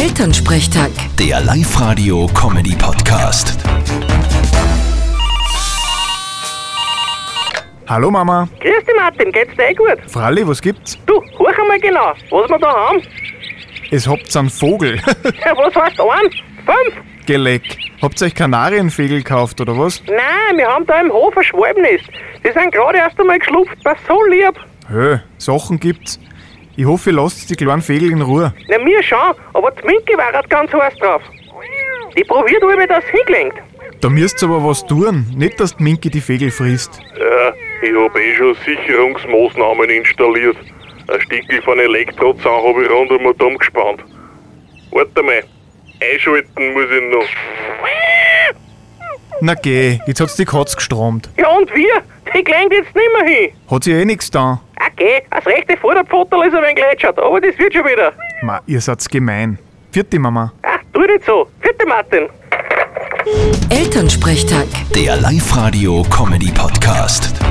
Elternsprechtag. Der Live-Radio-Comedy-Podcast. Hallo Mama. Grüß dich, Martin, geht's dir eh gut? Fralli, was gibt's? Du, horch einmal genau, was wir da haben. Es habt's einen Vogel. Ja, was heißt ein? Fünf? Geleck. Habt ihr euch Kanarienvögel gekauft oder was? Nein, wir haben da im Hof ein Schwalbennest. Die sind gerade erst einmal geschlupft, was so lieb. Hö, Sachen gibt's. Ich hoffe, ihr lasst die kleinen Vögel in Ruhe. Na, mir schon, aber die Minke war halt ganz heiß drauf. Die probiert, ob ich das hinklingt. Da müsst ihr aber was tun. Nicht, dass die Minke die Vögel frisst. Ja, ich habe eh schon Sicherungsmaßnahmen installiert. Ein Stickel von Elektrozahn habe ich rund einmal dumm gespannt. Warte mal, einschalten muss ich noch. Na geh, jetzt hat's die Katz gestromt. Ja, und wir? Die klingt jetzt nimmer hin. Hat sie eh nix da. Okay, das rechte Vorderpfotel ist ein wenig gletschert, aber das wird schon wieder. Ma, ihr seid gemein. Vierte Mama. Ach, tu nicht so. Vierte Martin. Elternsprechtag. Der Live-Radio-Comedy-Podcast.